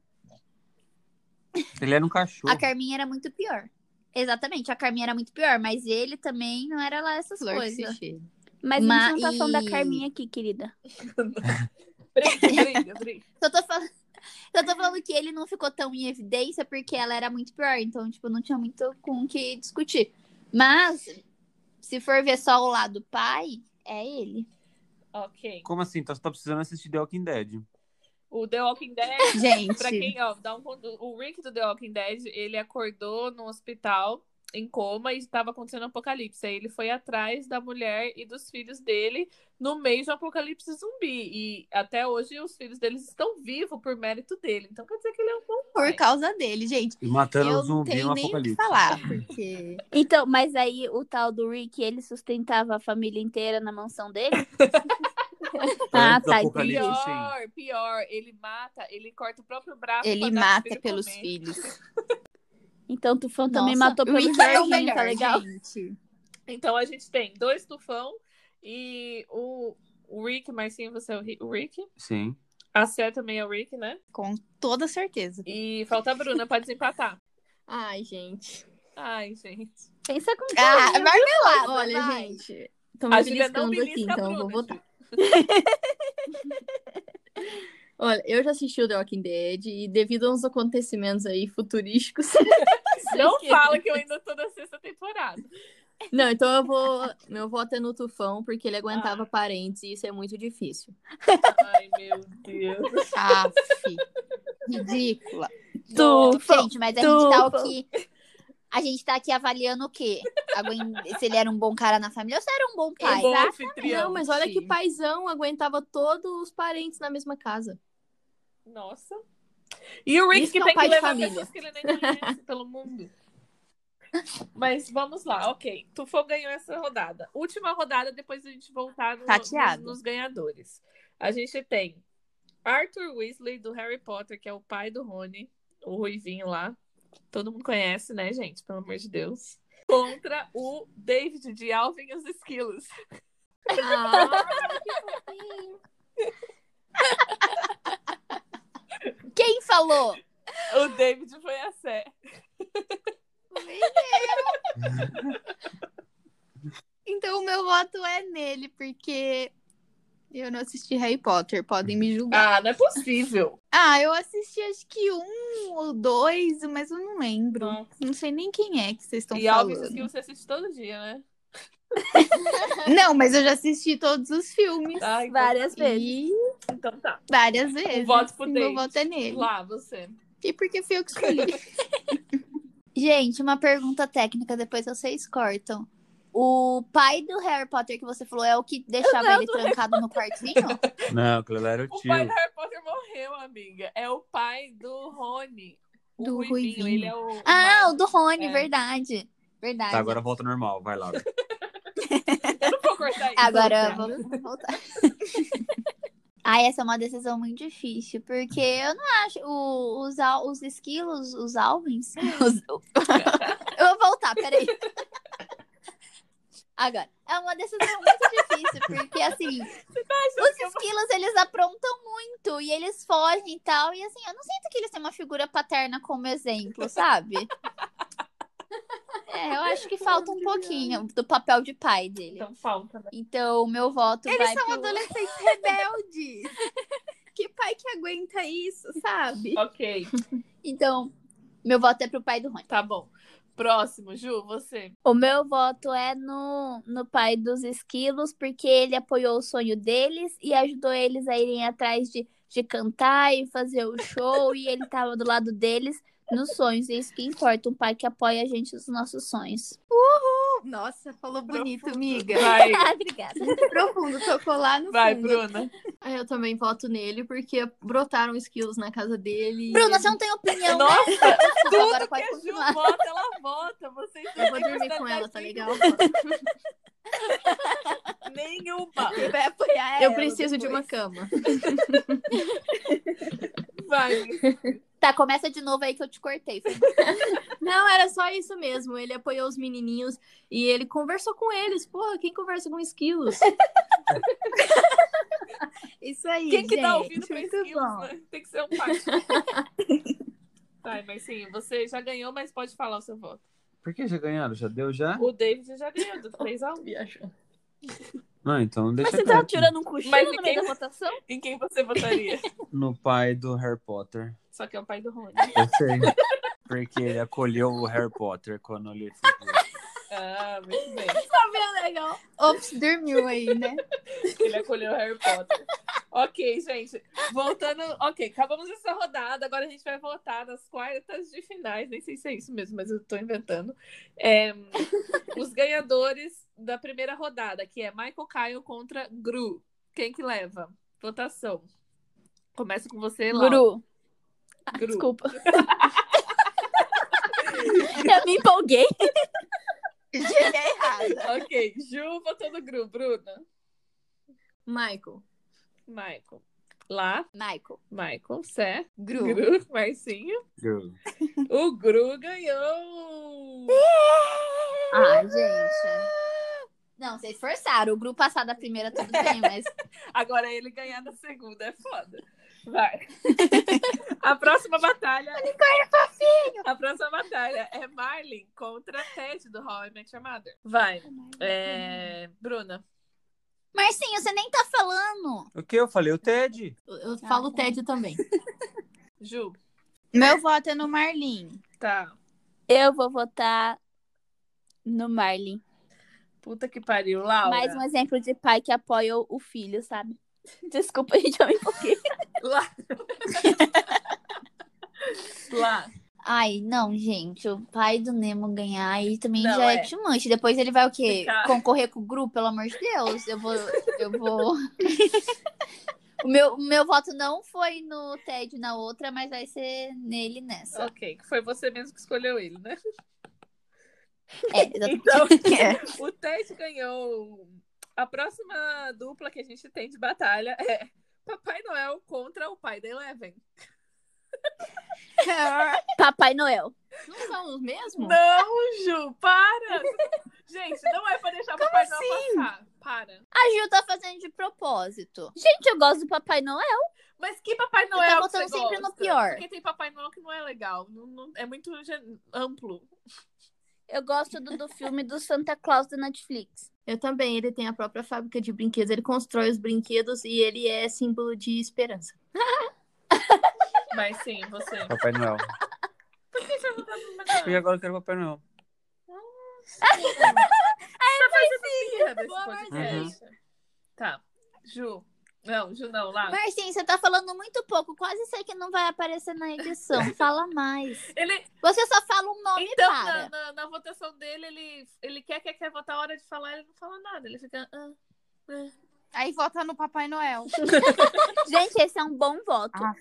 Ele era um cachorro. A Carminha era muito pior. Exatamente, a Carminha era muito pior, mas ele também não era lá essas Flor que se coisas. cheira. Mas, a gente não tá Mas- falando da Carminha aqui, querida. Briga, briga, briga. Só Então, tô, falando... Só tô falando que ele não ficou tão em evidência porque ela era muito pior, então, tipo, não tinha muito com o que discutir. Mas, se for ver só o lado pai, é ele. Ok. Como assim? Então você tá precisando assistir The Walking Dead. O The Walking Dead Pra Gente, quem, ó, dá um conto- O Rick do The Walking Dead, ele acordou no hospital em coma e estava acontecendo um apocalipse. Aí ele foi atrás da mulher e dos filhos dele no meio de um apocalipse zumbi. E até hoje os filhos deles estão vivos por mérito dele. Então quer dizer que ele é um bom pai. por causa dele, gente. E matando eu um não zumbi tenho no nem o que apocalipse. falar, porque. Então, mas aí o tal do Rick, ele sustentava a família inteira na mansão dele? ah, Antes do tá. apocalipse. Entendi. Sim. Pior, pior. Ele mata, ele corta o próprio braço. Ele pra dar pro mata filho pelos comer. filhos. Então, Tufão também Nossa, matou pelo Rick é o Jorginho, melhor, tá legal? gente. Então a gente tem dois tufão e o, o Rick, Marcinho, você é o Ri- o Rick. Sim. A Sé também é o Rick, né? Com toda certeza. E falta a Bruna pra desempatar. Ai, gente. Ai, gente. Pensa com Ah, carinho. tá, marmelada. Olha, vai. gente. Tô A me Júlia não beliscando aqui, belisca a então eu Bruna, vou votar. Olha, eu já assisti o The Walking Dead e devido a uns acontecimentos aí futurísticos. Não fala que eu ainda tô na sexta temporada. Não, então eu vou. Meu voto é no Tufão, porque ele aguentava Ah. parentes e isso é muito difícil. Ai, meu Deus. Aff. Ridícula. Tufão, Gente, mas a gente tá tufão. aqui. A gente tá aqui avaliando o quê? Alguém- Se ele era um bom cara na família ou se era um bom pai. Um bom tá? anfitrião. Não, mas olha que paizão aguentava todos os parentes na mesma casa. Nossa. E o Rick Isso que que é tem um que pai de levar família. pessoas que ele nem conhece pelo mundo. Mas vamos lá, ok. Tufão ganhou essa rodada. Última rodada, depois a gente voltar no- Tateado. nos, nos ganhadores. A gente tem Arthur Weasley, do Harry Potter, que é o pai do Rony, o Ruivinho lá. Todo mundo conhece, né, gente? Pelo amor de Deus. Contra o David de Alvin e os Esquilos. Ah. Quem falou? O David foi a Sé. Então o meu voto é nele, porque eu não assisti Harry Potter, podem me julgar. Ah, não é possível. Ah, eu assisti acho que um ou dois, mas eu não lembro. Não sei nem quem é que vocês estão E Alvin e os falando. Esquilos você assiste todo dia, né? Não, mas eu já assisti todos os filmes. Ai, várias vezes. E Então tá. várias vezes. voto pro Meu David. voto é nele. Lá, você. E porque fui eu que escolhi. Gente, uma pergunta técnica, depois vocês cortam. O pai do Harry Potter que você falou é o que deixava ele trancado no quartinho? Não, aquilo lá era o O tio. Tá, pai do Harry Potter morreu, amiga. É o pai do Rony. O Do Ruivinho. Ruivinho. Ele é o. Ah, o... o do Rony, É. verdade. Verdade. Tá, agora volta ao normal. Vai, Laura. Eu não vou cortar isso. Agora tá? vamos voltar. Ai, essa é uma decisão muito difícil, porque eu não acho. o- os, al- os esquilos, os alvins. os- eu vou voltar, peraí. Agora, é uma decisão muito difícil, porque assim, tá os é esquilos eles aprontam muito e eles fogem e tal. E assim, eu não sinto que eles têm uma figura paterna como exemplo, sabe? É, eu acho que falta um pouquinho do papel de pai dele. Então falta, né? Então, o meu voto Eles vai são pro... adolescentes rebeldes. que pai que é? aguenta isso, sabe? Ok, Então, meu voto é pro pai do Rony. tá bom. Próximo, Ju, você. O meu voto é no, no pai dos esquilos, porque ele apoiou o sonho deles e ajudou eles a irem atrás de, de cantar e fazer o show, e ele tava do lado deles nos sonhos. E isso que importa, um pai que apoia a gente nos nossos sonhos. Nossa, falou bonito, amiga. Vai, Ah, obrigada. Profundo, tocou lá no vai, fundo. Bruna. Ah, Eu também voto nele, porque brotaram esquilos na casa dele. Bruna, você não tem opinião, né? Nossa, Desculpa, agora tudo que é pode a Ju continuar. vota, ela vota. Vocês não Eu vou têm dormir com ela, tá personalidade legal? Nenhuma. Quem vai apoiar Eu É, ela preciso de depois? uma cama. Vai, Tá, começa de novo aí que eu te cortei. Foi mal. Não, era só isso mesmo. Ele apoiou os menininhos e ele conversou com eles. Porra, quem conversa com esquilos? Isso aí, Quem que gente. dá ouvido pra Muito esquilos, bom. né? Tem que ser um pai. Tá, mas sim, você já ganhou, mas pode falar o seu voto. Por que já ganharam? Já deu já? O David já ganhou do 3x1. Não, então deixa Mas você quieto. tá tirando um cochilo Mas no meio ninguém- da votação? Em quem você votaria? No pai do Harry Potter. Só que é o pai do Rony. Eu sei. Porque ele acolheu o Harry Potter quando ele foi. Ah, muito bem. legal. Ops, dormiu aí, né? Ele acolheu o Harry Potter. Ok, gente. Voltando. Ok, acabamos essa rodada. Agora a gente vai votar nas quartas de finais. Nem sei se é isso mesmo, mas eu tô inventando. É, os ganhadores da primeira rodada, que é Michael Caio contra Gru. Quem que leva? Votação. Começa com você, Laura. Guru. Ah, Gru. Desculpa. eu me empolguei. Cheguei errada. Ok, Ju votou no Gru. Bruna. Michael. Michael. Lá, Michael. Michael, Sé, Gru. Gru, Marcinho. O Gru ganhou! Ah, gente. Não, vocês forçaram. O grupo passar da primeira tudo bem, mas Agora ele ganhar na segunda é foda. Vai. A próxima batalha. A próxima batalha é Marlin contra Ted do How I Met Your Mother. Vai. É... Bruna. Marcinho, você nem tá falando. O que eu falei? O Ted? Eu, eu Ah, falo tá. Ted também. Ju. Meu voto é no Marlin. Tá. Eu vou votar no Marlin. Puta que pariu, Laura. Mais um exemplo de pai que apoia o o filho, sabe? Desculpa, gente, eu me empolguei. Lá. Ai, não, gente. O pai do Nemo ganhar aí também Não, já é. é chumante. Depois ele vai o quê? Ficar. Concorrer com o grupo, pelo amor de Deus. Eu vou. Eu vou. o, meu, o meu voto não foi no Ted na outra, mas vai ser nele nessa. Ok, que foi você mesmo que escolheu ele, né? É, exatamente. Então, É. o Ted ganhou. A próxima dupla que a gente tem de batalha é Papai Noel contra o pai da Eleven. Papai Noel. Não são os mesmos? Não, Ju, para! gente, não é pra deixar o Papai assim? Noel passar. Para. A Ju tá fazendo de propósito. Gente, eu gosto do Papai Noel. Mas que Papai Noel tá que você botando sempre gosta? no pior. Porque tem Papai Noel que não é legal. Não, não- é muito gen- amplo. Eu gosto do, do filme do Santa Claus da Netflix. Eu também. Ele tem a própria fábrica de brinquedos. Ele constrói os brinquedos e ele é símbolo de esperança. Mas sim, você. É Papai Noel. Por que você não tá no E agora eu quero Papai Noel. é Tá. Ju. Não, Ju não, lá. Marcinho, você tá falando muito pouco. Quase sei que não vai aparecer na edição. Fala mais. Ele, Você só fala um nome e então, na, para. na, na votação dele, ele, ele quer, quer, quer votar a hora de falar, ele não fala nada. Ele fica. ah. Aí vota no Papai Noel. Gente, esse é um bom voto. Ah.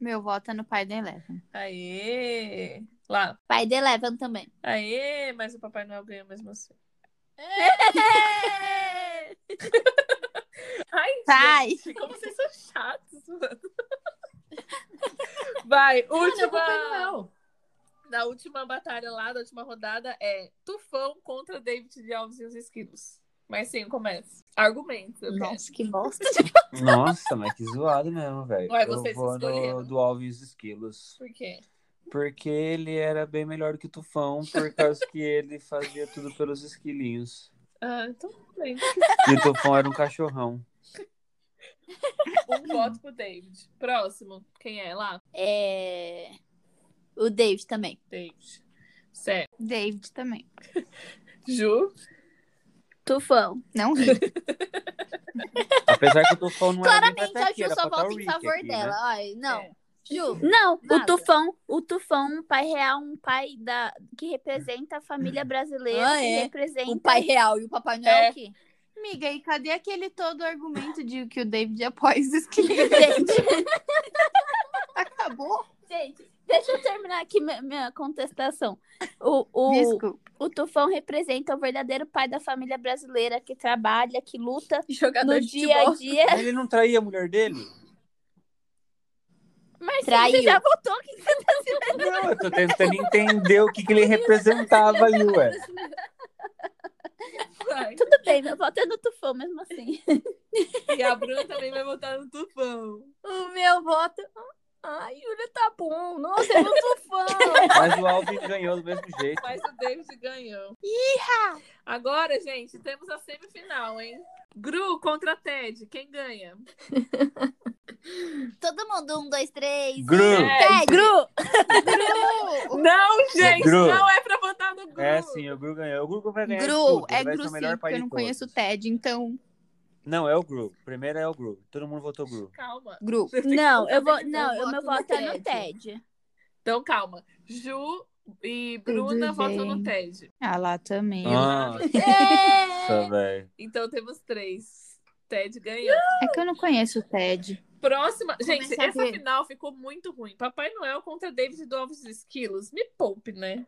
Meu voto é no pai da Eleven. Aê! Lá. Pai de Eleven também. Aê! Mas o Papai Noel ganhou mesmo assim. Ai, Tá, Sai. gente, como vocês são chatos, mano. Vai, última. Da última batalha lá, da última rodada, é Tufão contra David de Alves e os Esquilos. Mas sim, começa. Argumento. eu quero. Nossa, que bosta. Nossa, mas que zoado mesmo, velho. Ué, Eu vocês vou escolheram. no, do Alvin e os Esquilos. Por quê? Porque ele era bem melhor que o Tufão, por causa que ele fazia tudo pelos esquilinhos. Ah, então tudo bem. E o Tufão era um cachorrão. Um voto pro David. Próximo. Quem é? Lá? É... O David também. David. Certo. David também. Ju. Tufão. Não ri. Apesar que o Tufão não era Claramente nem a daqui, Ju era só pra tá o vota em Rick favor aqui, né? dela. Ai, não. É. Ju, Não, Nada. o Tufão, o Tufão, um pai real, um pai da que representa a família brasileira, Ah, é? que representa o pai real um e o Papai Noel É. o quê? Amiga, e cadê aquele todo argumento de que o David apoia os esquilinhos? Gente, Acabou? gente, deixa eu terminar aqui minha, minha contestação. O, o, Desculpa. o Tufão representa o verdadeiro pai da família brasileira que trabalha, que luta Jogador no de dia a futebol. dia. Mas Ele não traía a mulher dele? Mas Traiu. você já votou que Não, eu tô tentando entender o que, que ele representava ali, ué. Vai. tudo bem, meu voto é no Tufão mesmo assim. E a Bruna também vai votar no Tufão. O meu voto. Ai, Júlia tá bom. Nossa, eu não sou fã. Mas o Alvin ganhou do mesmo jeito. Mas o David ganhou. Agora, gente, temos a semifinal, hein? Gru contra Ted. Quem ganha? Todo mundo, um, dois, três. Gru. né? Ted. Gru, É. Não, gente, Gru. não é pra votar no Gru. É sim, o Gru ganhou. O Gru vai ganhar. de Gru, tudo, ele é vai Gru ser o sim, melhor pai porque eu de não todos. conheço o Ted, então. Não, é o Gru. Primeiro é o Gru. Todo mundo votou Gru. Calma. Gru. não, eu vou, Eu não, eu meu voto no voto é no Ted. Então, calma. Ju e Bruna Tudo votam bem. no Ted. Ah, lá também. Nossa, velho. Então temos três. Ted ganhou. É que eu não conheço o Ted. Próxima. Gente, Começar a essa ver. final ficou muito ruim. Papai Noel contra David do Alves e Esquilos. Me poupe, né?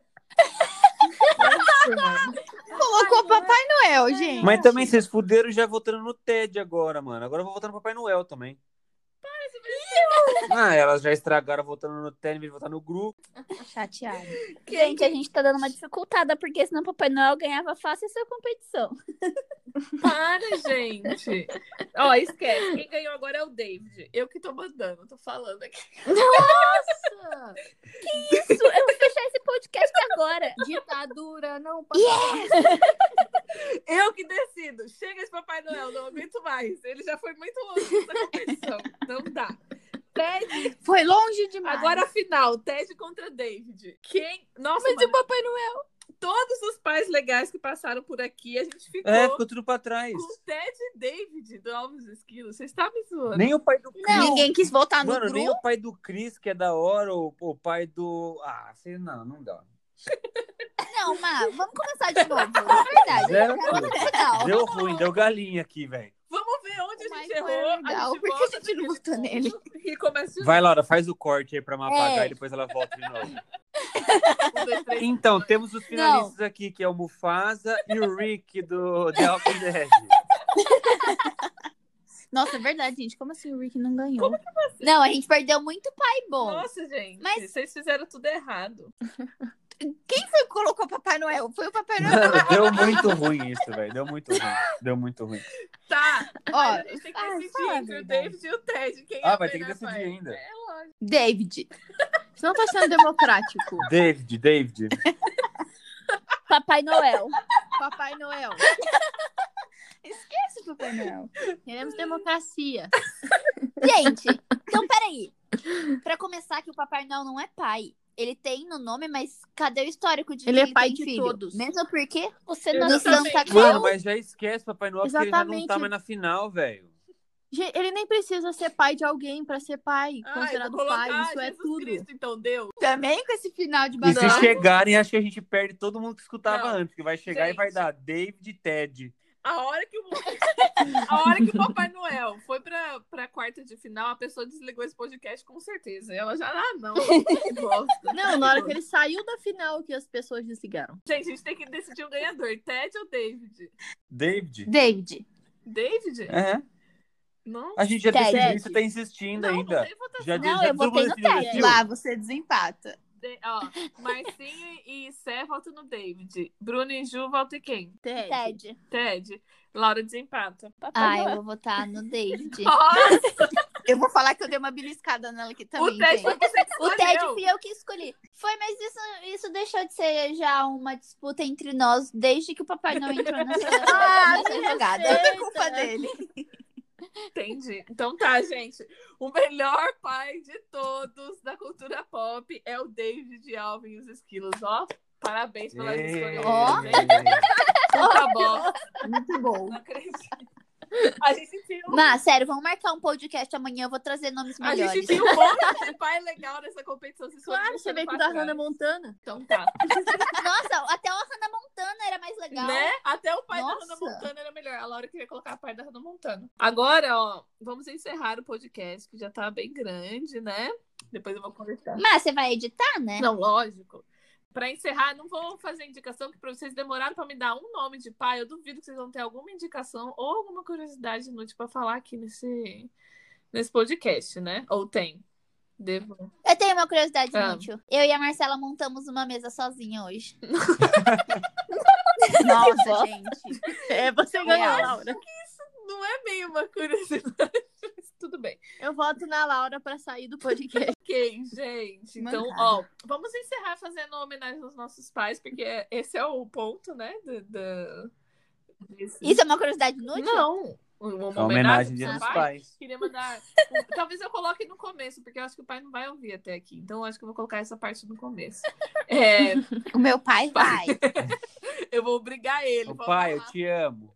Nossa, mano. Colocou Papai Noel, gente. Mas também vocês fuderam já votando no Ted agora, mano. Agora eu vou votar no Papai Noel também. Ah, elas já estragaram votando no Ted, em vez de votar no grupo. Chateado. Gente, a gente tá dando uma dificultada, porque senão Papai Noel ganhava fácil essa competição. Para, gente. Ó, esquece. Quem ganhou agora é o David. Eu que tô mandando, tô falando aqui. Nossa! Isso, eu vou fechar esse podcast agora. Ditadura, não, papai. Eu que decido. Chega esse Papai Noel, não aguento mais. Ele já foi muito longe nessa competição. Não dá. Ted, Foi longe demais. agora a final. Ted contra David. Quem? Nossa, Mas e mano, o Papai Noel? todos os pais legais que passaram por aqui, a gente ficou É, ficou tudo pra trás. com Ted e David do Alves Esquilo. Vocês estavam zoando. Nem o pai do Chris. Ninguém quis votar no Mano, nem grupo. o pai do Chris, que é da hora, ou ou o pai do. Ah, sei não, não dá. Não, Má, vamos começar de novo. É verdade. Zero eu quero tudo. total. Deu ruim, deu galinha aqui, velho. Vamos ver onde a gente Michael errou. é legal. a gente Por que a volta gente não naquele votou nele? ponto E começa de Vai, Laura, faz o corte aí pra me apagar É. e depois ela volta de novo. novo. Um, dois, três. Então, temos os finalistas aqui, que é o Mufasa e o Rick do The Walking Dead. Nossa, é verdade, gente. Como assim o Rick não ganhou? Não, a gente perdeu muito pai bom. Nossa, gente. Mas- Vocês fizeram tudo errado. Quem foi que colocou Papai Noel? Foi o Papai Noel. Mano, deu muito ruim isso, velho. Deu muito ruim. Deu muito ruim. Tá. Ó, a gente tem que fala- decidir fala a entre o verdade. David e o Ted. Quem é Ah, o vai ter que melhor decidir pai? ainda. É lógico. David. Você não tá sendo democrático. David, David. Papai Noel. Papai Noel. Esquece o Papai Noel. Queremos democracia. Gente, então peraí. Pra começar, que o Papai Noel não é pai. Ele tem no nome, mas cadê o histórico de Ele é que pai tem de filho? todos. Mesmo porque tá Você Eu não no Exatamente. Santa Mano, Claus. mas já esquece Papai Noel, porque ele já não tá Exatamente. mais na final, velho. Gente, ele nem precisa ser pai de alguém pra ser pai, Ah, eu vou considerado colocar pai, isso é Jesus tudo. Cristo, então deu. Também com esse final de E banana. se chegarem, acho que a gente perde todo mundo que escutava Não. antes, que vai chegar Gente. e vai dar David e Ted. A hora que o, a hora que o Papai Noel foi pra, pra quarta de final, a pessoa desligou esse podcast com certeza. Ela já, ah, não, que bosta. Não, na hora que ele saiu da final que as pessoas desligaram. Gente, a gente tem que decidir o ganhador, Ted ou David? David? David. David? É. Não. A gente já Ted. decidiu, você tá insistindo Não, ainda. não tem votação. já Não, já eu todo votei mundo no decidiu, Ted. decidiu? Lá, você desempata. De- Ó, Marcinho e Sé votam no David. Bruno e Ju votam em quem? Ted. Ted. Ted. Laura desempata. Ah, eu vou votar no David. Nossa, Eu vou falar que eu dei uma beliscada nela aqui também. o Ted gente. foi você que O Ted escolheu. fui eu que escolhi. Foi, mas isso, isso deixou de ser já uma disputa entre nós desde que o Papai não entrou nessa, Ah, nessa me jogada. respeita. Não é culpa dele. Entendi. Então tá, gente. O melhor pai de todos da cultura pop é o David Alvin e os Esquilos, ó. Parabéns pela Ei, escolha. Ó. É Tá bom. Muito bom. Não acredito. A gente tinha um, Mas, sério, vamos marcar um podcast amanhã, eu vou trazer nomes a melhores. gente tinha um monte de pai legal nessa competição. vocês foram Claro, você deixando veio com o pra da trás. é Hannah Montana. Então tá. Nossa, até o Hannah Montana era mais legal. Né? Até o pai Nossa. da Hannah Montana era melhor. A Laura queria colocar o pai da Hannah Montana. Agora, ó, vamos encerrar o podcast, que já tá bem grande, né? Depois eu vou conversar. Mas você vai editar, né? Não, lógico. Pra encerrar, não vou fazer indicação, que pra vocês demoraram pra me dar um nome de pai, eu duvido que vocês vão ter alguma indicação ou alguma curiosidade inútil pra falar aqui nesse, nesse podcast, né? Ou tem. Devo. Eu tenho uma curiosidade Ah. inútil. Eu e a Marcela montamos uma mesa sozinha hoje. Nossa, gente. É, você ganhou, acho Laura. Não é meio uma curiosidade, mas tudo bem. Eu voto na Laura pra sair do podcast. Ok, gente. Então, ó, vamos encerrar fazendo homenagem aos nossos pais, porque é- esse é o ponto, né? Do, do- desse- Isso é uma curiosidade inútil? Não. Uma, Uma homenagem de aos dos pais. pais. Queria mandar. um, Talvez eu coloque no começo, porque eu acho que o pai não vai ouvir até aqui. Então, eu acho que eu vou colocar essa parte no começo. É, O meu pai vai. eu vou obrigar ele. Ô vou pai, eu falar, te amo.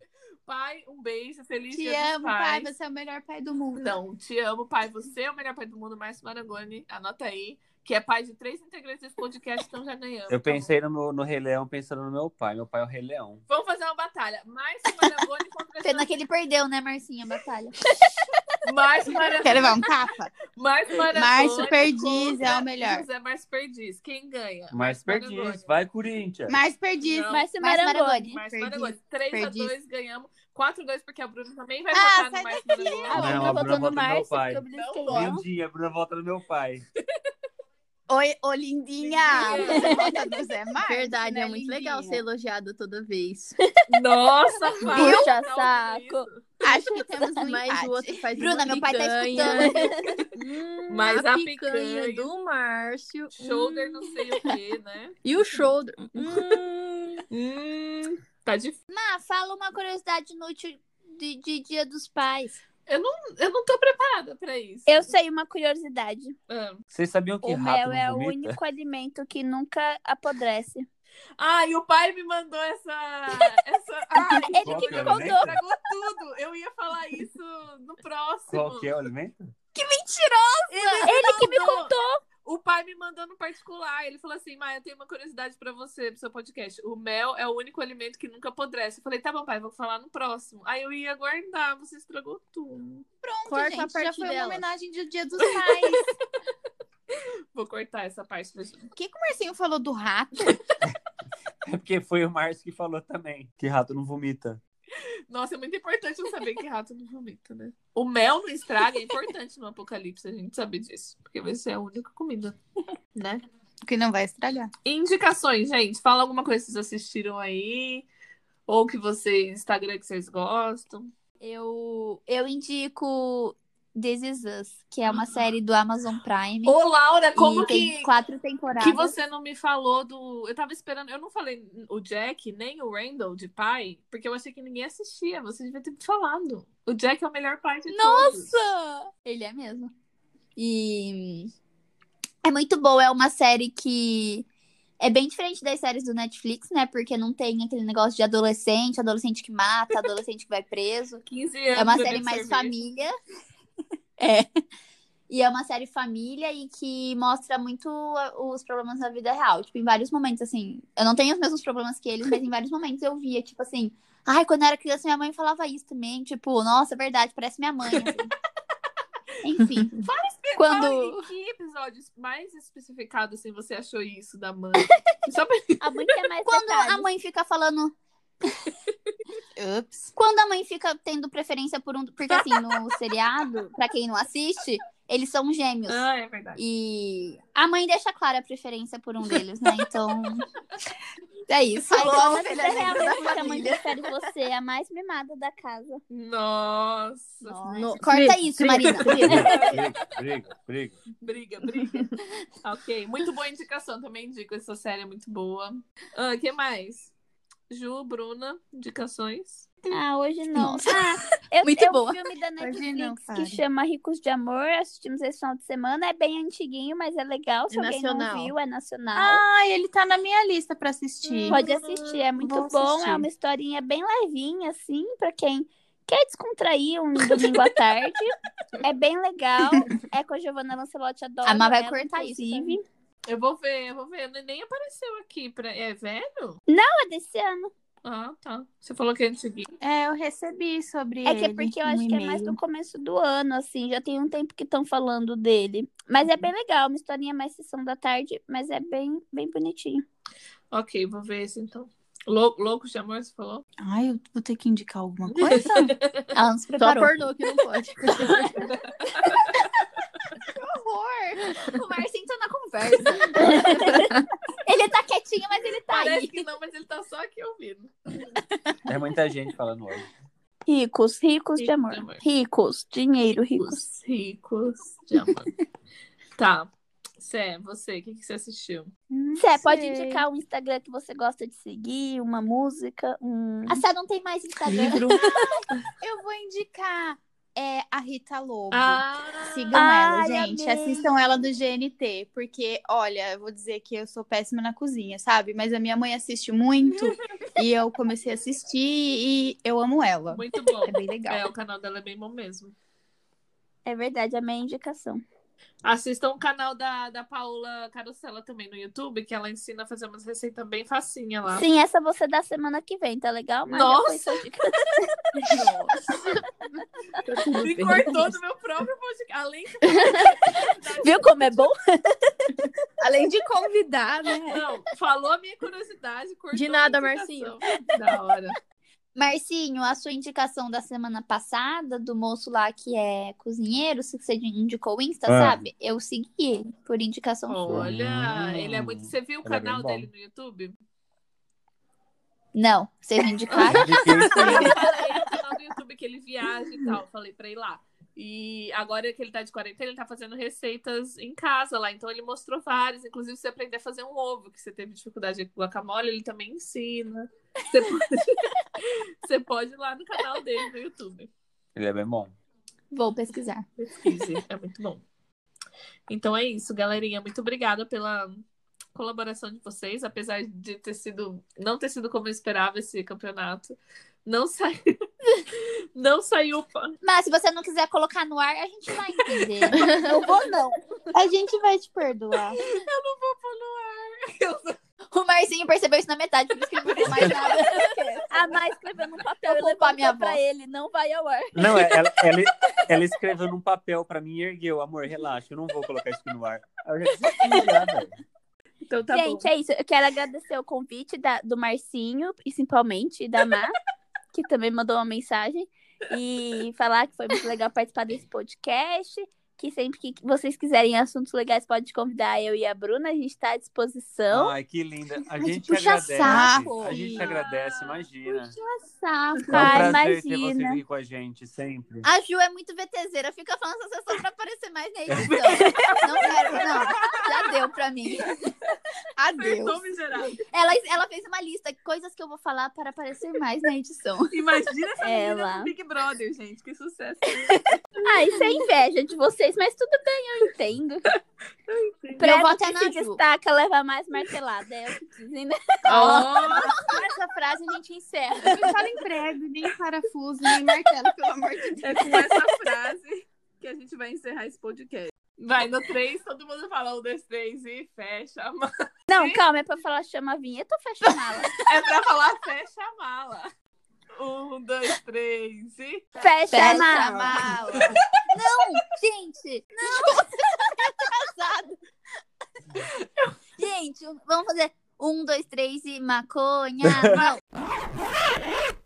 pai, um beijo, feliz Te dia dos amo, pai. pais." Você é o melhor pai do mundo. Não, te amo, pai. Você é o melhor pai do mundo, Márcio Marangoni. Anota aí, que é pai de três integrantes desse podcast, então já ganhamos. Eu tá bom? pensei no, meu- no Rei Leão pensando no meu pai. Meu pai é o Rei Leão. Vamos fazer uma batalha. Márcio Marangoni contra Pena que ele perdeu, né, Marcinha, a batalha. Márcio Mara- Quer levar um tapa? Márcio Maradona. Márcio Perdiz é o contra melhor. José Márcio Perdiz. Quem ganha? Mas Maradona. perdiz. Vai, Corinthians. Márcio Perdiz. Não. Márcio Márcio Marangoni. Márcio Perdiz. Maradona. 3x2 ganhamos. 4x2 porque a Bruna também vai Ah, votar sai no Márcio Maradona. Não, a Ah, Bruna eu tô no vota no Márcio, meu pai. porque eu me Bom esqueci. dia, Bruna volta no meu pai. Oi, ô lindinha. Lindinha. Você vota no Zé Márcio, Verdade, né, é muito legal ser lindinha? elogiado toda vez. Nossa, Fábio, Puxa tá ouvindo saco. Acho que temos um Mas empate. o outro faz Bruna, uma meu pai tá picanha. escutando. Hum, Mas a, a picanha, picanha. do Márcio. isso? hum, Shoulder não sei o que, né? e o shoulder. Hum. Hum, tá difícil. Ah, fala uma curiosidade inútil de, de Dia dos Pais. Eu não tô preparada pra isso. Eu sei uma curiosidade. Ah. Vocês sabiam que O rato mel não é o vomita? único alimento que nunca apodrece. Ah, e o pai me mandou essa. essa... Ai, Ele que me Qualquer contou. é alimento? estragou tudo. Eu ia falar isso no próximo. Qual que é o alimento? Ele que me contou. O pai me mandou no particular. Ele falou assim: Maia, eu tenho uma curiosidade pra você, pro seu podcast. O mel é o único alimento que nunca apodrece. Eu falei: tá bom, pai, vou falar no próximo. Aí eu ia guardar, você estragou tudo. Corta gente, a parte já foi uma dela. homenagem de Dia dos Pais. Vou cortar essa parte da gente. O que que o Marcinho falou do rato? É porque foi o Márcio que falou também. Que rato não vomita. Nossa, é muito importante eu saber que rato não vomita, né? O mel não estraga, é importante no apocalipse a gente saber disso. Porque vai ser a única comida, né? Que não vai estralhar. Indicações, gente. Fala alguma coisa que vocês assistiram aí. Ou que vocês. Instagram que vocês gostam. Eu, eu indico This Is Us, que é uma série do Amazon Prime. Ô, Laura, como e que. tem quatro temporadas. Que você não me falou do. Eu tava esperando. Eu não falei o Jack nem o Randall de pai, porque eu achei que ninguém assistia. Você devia ter me falado. O Jack é o melhor pai de todos. Nossa! Ele é mesmo. E é muito boa, é uma série que é bem diferente das séries do Netflix, né? Porque não tem aquele negócio de adolescente, adolescente que mata, adolescente que vai preso. 15 anos. É uma bebendo série mais cerveja. família. É. E é uma série família e que mostra muito a- os problemas da vida real. Tipo, em vários momentos, assim. Eu não tenho os mesmos problemas que eles, mas em vários momentos eu via, tipo assim. Ai, quando eu era criança, minha mãe falava isso também. Tipo, nossa, é verdade, parece minha mãe. assim. Enfim. quando. Fala aí, que episódios mais especificado assim você achou isso da mãe? Só pra... A mãe tem mais Quando a detalhes. mãe fica falando. Ups. Quando a mãe fica tendo preferência por um. Porque, assim, no seriado, pra quem não assiste, eles são gêmeos. Ah, é verdade. E a mãe deixa clara a preferência por um deles, né? Então. É isso. Falou a Na vida ovelha real, negra eu da acho que a mãe família. prefere você, é a mais mimada da casa. Nossa. No- Corta isso, Marina. briga, briga, briga. Briga, briga. ok, muito boa indicação. Também indico essa série, é muito boa. O que mais? Ju, Bruna, indicações? Ah, hoje não. Ah, eu, Muito eu boa. um filme da Hoje não, Netflix cara. que chama Ricos de Amor. Assistimos esse final de semana. É bem antiguinho, mas é legal. Se É alguém nacional. não viu, é nacional. Ai, ele tá na minha lista pra assistir. Hum. Pode assistir, é muito vou bom. assistir. É uma historinha bem levinha, assim, pra quem quer descontrair um domingo à tarde. é bem legal. É com a Giovanna Lancelotti, adoro. A Má vai ela, cortar isso inclusive. Eu vou ver, eu vou ver. Nem apareceu aqui. Pra... É velho? Ah, desse ano. Ah, tá. Você falou que é antiguinho. É, eu recebi sobre É que é ele porque eu um acho que é mais e-mail. do começo do ano, assim. Já tem um tempo que estão falando dele. Mas é bem legal, uma historinha mais sessão da tarde, mas é bem, bem bonitinho. Ok, vou ver esse então. Lou- Loucos de amor, você falou? Ai, eu vou ter que indicar alguma coisa? Ela não se Só preparou. pornô que não pode. O Marcinho tá na conversa. ele tá quietinho, mas ele tá Parece aí. que não, mas ele tá só aqui ouvindo. É muita gente falando hoje. Ricos, ricos de amor. Ricos, dinheiro, ricos. Os ricos de amor. tá. Cé, você, o que, que você assistiu? Cé, pode indicar um Instagram que você gosta de seguir, uma música, um. A Sá Ah, não tem mais Instagram. Eu vou indicar é, a Rita Lobo. Ah, Sigam Ai, ela, gente. amei. Assistam ela do GNT. Porque, olha, eu vou dizer que eu sou péssima na cozinha, sabe? Mas a minha mãe assiste muito. e eu comecei a assistir e eu amo ela. muito bom. É bem legal. É, o canal dela é bem bom mesmo. É verdade, a minha indicação. Assistam o canal da, da Paula Carosella também no YouTube, que ela ensina a fazer umas receitas bem facinha lá. Sim, essa você dá semana que vem, tá legal? Maria? Nossa! Foi sua dica. Tá Me cortou do meu próprio podcast. Além que Viu como é bom? Além de convidar, né? Não, falou a minha curiosidade. cortou De nada, a minha Marcinho. indicação. Da hora. Marcinho, a sua indicação da semana passada, do moço lá que é cozinheiro, se você indicou o Insta, Ah. sabe? Eu segui ele por indicação sua. Olha, Hum. ele é muito. Você viu o Ele é bem canal bom. dele no YouTube? Não, vocês indicaram? Eu falei no canal do YouTube que ele viaja e tal. Falei pra ir lá. E agora que ele tá de quarentena, ele tá fazendo receitas em casa lá. Então ele mostrou várias. Inclusive, você aprender a fazer um ovo, que você teve dificuldade com guacamole, ele também ensina. Você pode, você pode ir lá no canal dele no YouTube. Ele é bem bom. Vou pesquisar. Pesquise, é muito bom. Então é isso, galerinha. Muito obrigada pela colaboração de vocês, apesar de ter sido não ter sido como eu esperava esse campeonato. Não saiu não saiu Mas se você não quiser colocar no ar, a gente vai entender. Eu vou não. A gente vai te perdoar. O Marcinho percebeu isso na metade, por isso que ele não falou mais nada. A Mai escreveu num papel Eu e vou culpar levantou minha pra avó. ele, não vai ao ar. Não, é- ela, ela, ela escreveu num papel pra mim e ergueu. Amor, relaxa, eu não vou colocar isso no ar. Aí Eu já desisti já, velho. Então tá Gente, bom. é isso. Eu quero agradecer o convite da- do Marcinho, principalmente, e da Má, que também mandou uma mensagem. E falar que foi muito legal participar desse podcast. Que sempre que vocês quiserem assuntos legais, pode convidar eu e a Bruna. A gente está à disposição. Ai, que linda. A gente Então? puxa agradece. saco. A gente agradece, imagina. Saco. É um Ai, prazer ter vocês imagina. aqui com a gente, sempre. A Ju é muito VTZera, fica falando essas coisas só pra aparecer mais É na edição. Não quero, não. Já deu pra mim. é Apertou Adeus. miserável. Ela, ela fez uma lista, coisas que eu vou falar para aparecer mais na edição. Imagina essa menina Ela. no Big Brother, gente. Que sucesso. Ai, isso é inveja de vocês, mas tudo bem, eu entendo. Pra Meu voto é que na se Ju. destaca, leva mais martelada. É o que dizem, né? Oh, Com essa frase a gente encerra. Não fala emprego, nem parafuso, nem martelo, pelo amor de Deus. é com essa frase que a gente vai encerrar esse podcast. Vai no 3, todo mundo fala um, dois, três e fecha a mala. Não, calma, é pra falar chama a vinheta ou fecha a mala? É pra falar fecha a mala. Um, dois, três e. Fecha, a Fecha a mala. mala. Gente, não. Casado. Gente, vamos fazer um, dois, três e maconha. Não.